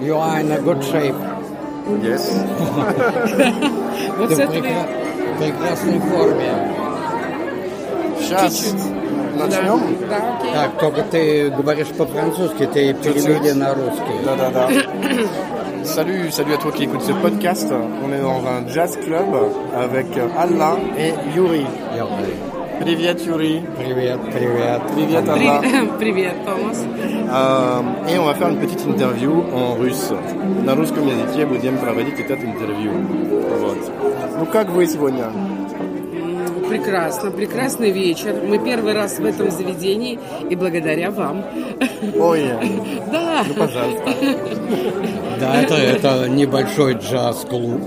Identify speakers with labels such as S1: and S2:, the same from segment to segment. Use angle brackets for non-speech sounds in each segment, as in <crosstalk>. S1: You are in a good shape.
S2: Yes.
S1: Ты
S3: Вот с
S1: в
S3: этого
S1: прека- в прекрасной форме.
S2: Сейчас начнем?
S3: Да, окей.
S1: Так, только ты говоришь по-французски, ты переведи на русский.
S2: Да, да, да. <coughs> Salut, salut à toi qui écoute ce podcast. On est dans un jazz club avec Anna et Yuri.
S1: Я говорю,
S2: Привет, Yuri.
S1: Привет, привет.
S2: Привет, Anna.
S3: При- <laughs> Привет, Томас.
S2: Euh, et on va faire une petite interview en russe. На русском языке будем проводить этот интервью. Вот. Ну как вы сегодня?
S3: М, Прекрасно, прекрасный вечер. Мы первый раз в этом заведении и благодаря вам. <laughs>
S2: Ой,
S3: Да,
S2: пожалуйста.
S1: Да, это, это небольшой джаз-клуб,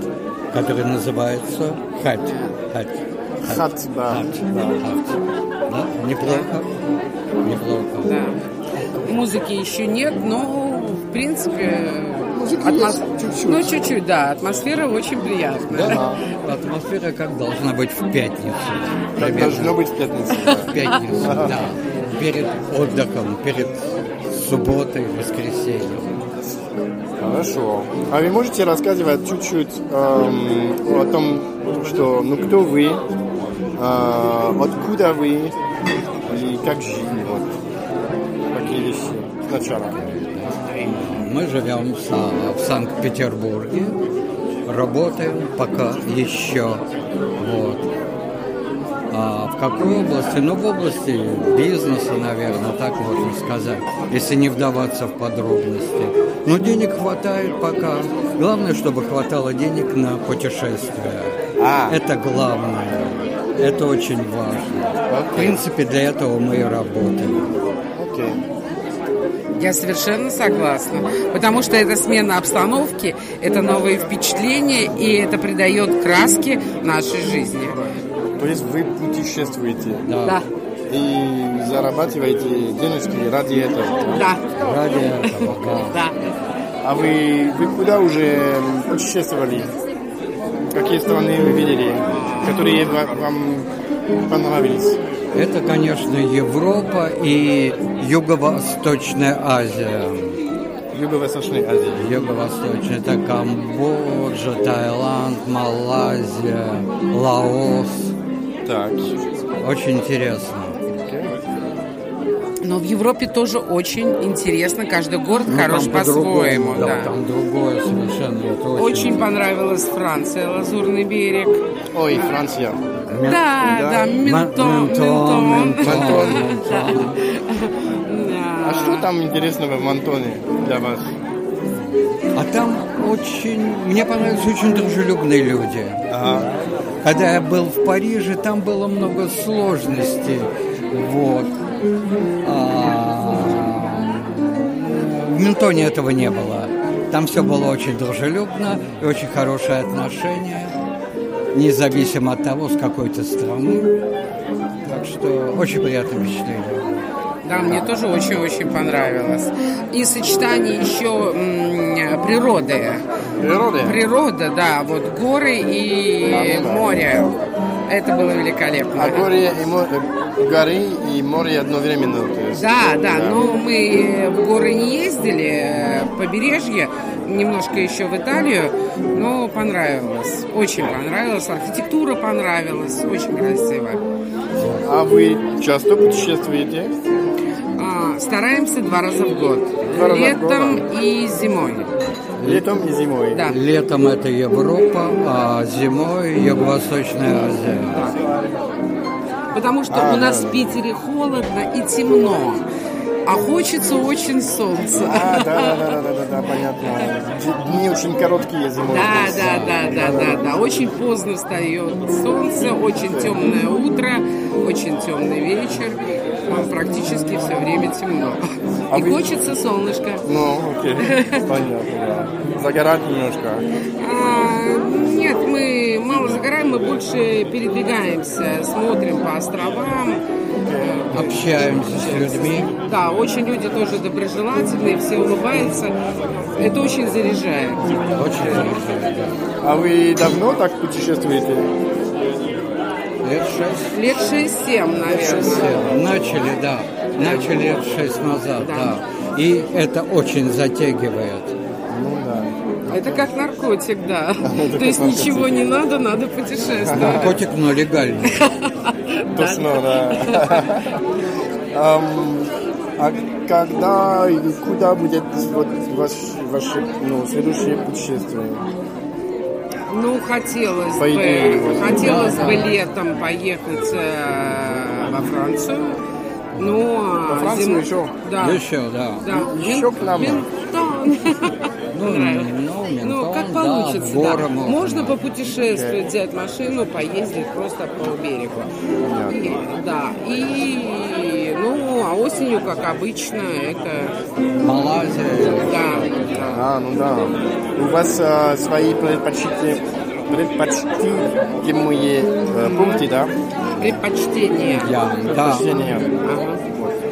S1: который называется Хать. Хать.
S2: Хат, да.
S1: Да? Неплохо. Неплохо.
S3: да. Музыки еще нет, но в принципе
S2: Музыка есть, чуть-чуть.
S3: ну чуть-чуть, да, атмосфера очень приятная.
S1: Да, атмосфера как должна быть в пятницу.
S2: Как
S1: Примерно.
S2: должно быть в пятницу.
S1: В пятницу, да. Перед отдыхом, перед субботой, воскресеньем.
S2: Хорошо. А вы можете рассказывать чуть-чуть эм, о том, что, ну, кто вы, э, откуда вы и как жили, вот, такие вещи сначала.
S1: Мы живем в Са- в Санкт-Петербурге, работаем пока еще. Вот. А в какой области? Ну, в области бизнеса, наверное, так можно сказать, если не вдаваться в подробности. Но денег хватает пока. Главное, чтобы хватало денег на путешествия.
S2: А.
S1: Это главное. Это очень важно. В принципе, для этого мы и работаем.
S2: Окей.
S3: Я совершенно согласна, потому что это смена обстановки, это новые впечатления и это придает краски нашей жизни.
S2: То есть вы путешествуете
S3: Да,
S2: и зарабатываете денежки ради этого.
S3: да,
S1: Ради этого, да.
S3: да.
S2: А вы, вы куда уже путешествовали? Какие страны вы видели, которые ва- вам понравились?
S1: Это, конечно, Европа и Юго-Восточная Азия.
S2: Юго-Восточной Азии.
S1: Юго-Восточная – это Камбоджа, Таиланд, Малайзия, Лаос.
S2: Так.
S1: Очень интересно.
S3: Но в Европе тоже очень интересно. Каждый город
S1: Ну,
S3: хорош
S1: там по-другому,
S3: по-своему.
S1: да,
S3: да.
S1: Там другое совершенно. Это очень...
S3: Очень понравилась Франция, Лазурный берег.
S2: Ой, Франция.
S3: Да, да,
S1: Ментон,
S3: Ментон, Ментон.
S1: Ментон,
S3: <laughs> Да.
S1: Ментон.
S2: А
S3: Да.
S2: что там интересного в Антоне для вас?
S1: А там очень... Мне понравились очень дружелюбные люди. Когда я был в Париже, там было много сложностей. Вот. А, В Ментоне этого не было. Там все было очень дружелюбно и очень хорошие отношения, независимо от того, с какой ты страны. Так что очень приятное впечатление.
S3: Да, мне тоже очень-очень понравилось. И сочетание еще м, природы.
S2: Природа.
S3: Природа, да, вот горы и
S2: Да, ну да.
S3: море. Это было великолепно.
S2: А горе и море, горы и море одновременно. то есть.
S3: Да, да, но мы в горы не ездили, э, побережье, немножко еще в Италию, но понравилось, очень понравилось, архитектура понравилась, очень красиво.
S2: А вы часто путешествуете?
S3: А, стараемся два раза в год,
S2: Два раза в
S3: летом и зимой.
S2: Летом и зимой.
S3: Да.
S1: Летом это Европа, а зимой Юго-Восточная Азия.
S3: Потому что
S2: А,
S3: у нас в Питере холодно и темно, а хочется очень солнца.
S2: А, да, да, да, да, да, да, понятно. Д- Дни очень короткие зимой.
S3: Да,
S2: то есть.
S3: да, да, да, да, да. Очень поздно встает солнце, очень темное утро, очень темный вечер. Там практически все время темно.
S2: А
S3: И
S2: вы-
S3: хочется солнышко.
S2: Ну,
S3: <laughs>
S2: окей, понятно, да. Загорать немножко.
S3: А, нет, мы мало загораем, мы больше передвигаемся, смотрим по островам.
S1: Общаемся с людьми.
S3: Да, очень люди тоже доброжелательные, все улыбаются. Это очень заряжает.
S1: Очень хорошо. да.
S2: А вы давно так путешествуете?
S1: Лет шесть.
S3: Лет 6-7, наверное.
S1: Все, Начали, да. Начали лет шесть назад, да. И это очень затягивает.
S2: Ну
S3: Это как наркотик,
S2: <laughs>
S3: да. То есть ничего не надо, надо путешествовать.
S1: Наркотик, но легальный.
S2: Точно, <laughs> да. Эм, А когда или куда будет вот ваш- ваше ну, следующее путешествие?
S3: Ну, хотелось
S2: По идее,
S3: бы,
S2: вот,
S3: хотелось
S2: да,
S3: бы
S2: да.
S3: летом поехать э, во Францию. Но
S2: Во Францию
S3: зим-
S2: еще?
S3: Да.
S1: Еще, да.
S3: да.
S2: Еще к нам.
S3: Ментон.
S1: Ну,
S3: Нравится.
S1: ну,
S3: Ну,
S1: Ментон,
S3: как
S1: да,
S3: получится, да.
S1: Бора можно.
S3: Можно попутешествовать, взять машину, поездить просто по берегу. И, да. И, ну, а осенью, как обычно, это,
S1: Малайзия.
S3: да, да.
S2: А, ну да. У вас э, свои предпочти- предпочтимые э, пункты, да?
S3: Предпочтение.
S1: Я,
S2: А.
S1: да.
S2: Предпочтения.
S3: Ага.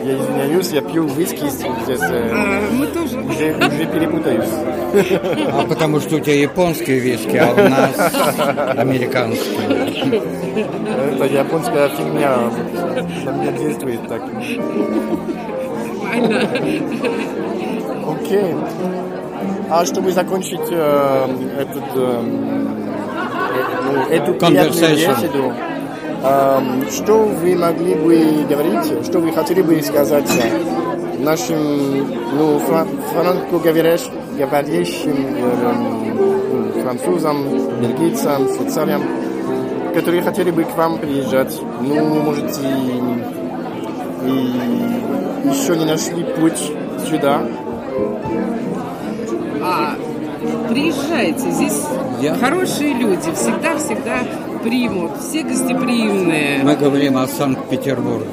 S2: Я извиняюсь, я пью виски здесь. э,
S3: А, Мы тоже.
S2: Уже, уже перепутаюсь.
S1: А потому что у тебя японские виски, а у нас американские.
S2: Это японская фигня. На меня действует так. Окей. А чтобы закончить э, этот, э, э, ну, эту приятную
S1: Conversation.
S2: беседу, э, что вы могли бы говорить, что вы хотели бы сказать э, нашим ну, фра- франкоговорящим э, э, французам, бельгийцам, швейцарям, которые хотели бы к вам приезжать? Ну, можете и еще не нашли путь сюда.
S3: А, приезжайте, здесь
S1: Я-
S3: хорошие люди, всегда-всегда примут, все гостеприимные.
S1: Мы говорим о Санкт-Петербурге.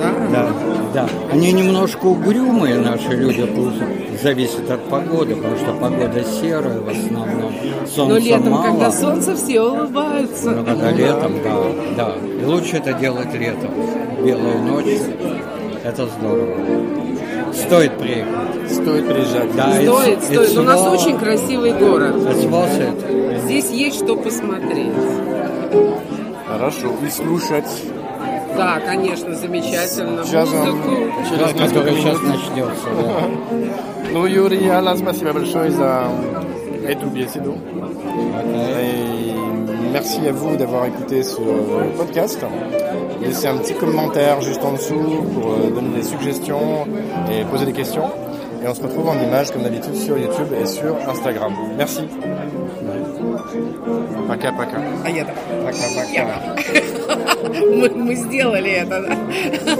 S3: Да?
S1: Да, да. Они немножко угрюмые, наши люди, пусть зависит от погоды, потому что погода серая в основном. Ну, Солнца
S3: Но летом,
S1: мало. Ну,
S3: когда солнце, все улыбаются.
S1: Но когда летом, да, да. И лучше это делать летом. Белые ночи. Это здорово. Стоит приехать.
S2: Стоит приезжать.
S1: Да,
S3: Стоит,
S1: it's-
S3: стоит.
S1: it's
S3: У нас
S1: worth-
S3: очень красивый город.
S1: it's worth it.
S3: Здесь есть что посмотреть.
S2: Хорошо. И слушать.
S3: Да, конечно, замечательно.
S2: Джазом.
S3: Музыку.
S2: Через
S1: Да,
S2: несколько
S1: который сейчас
S2: минут.
S1: начнется. да.
S2: <laughs> Ну, Юрий, Алла, спасибо большое за эту беседу.
S1: Окей.
S2: Et merci à vous d'avoir écouté ce podcast. Laissez un petit commentaire juste en dessous pour euh, donner des suggestions et poser des questions. Et on se retrouve en image comme d'habitude sur YouTube et sur Instagram. Merci. Пока, пока.
S3: <laughs> А я так.
S2: Пока, пока.
S3: Мы, мы сделали это, да.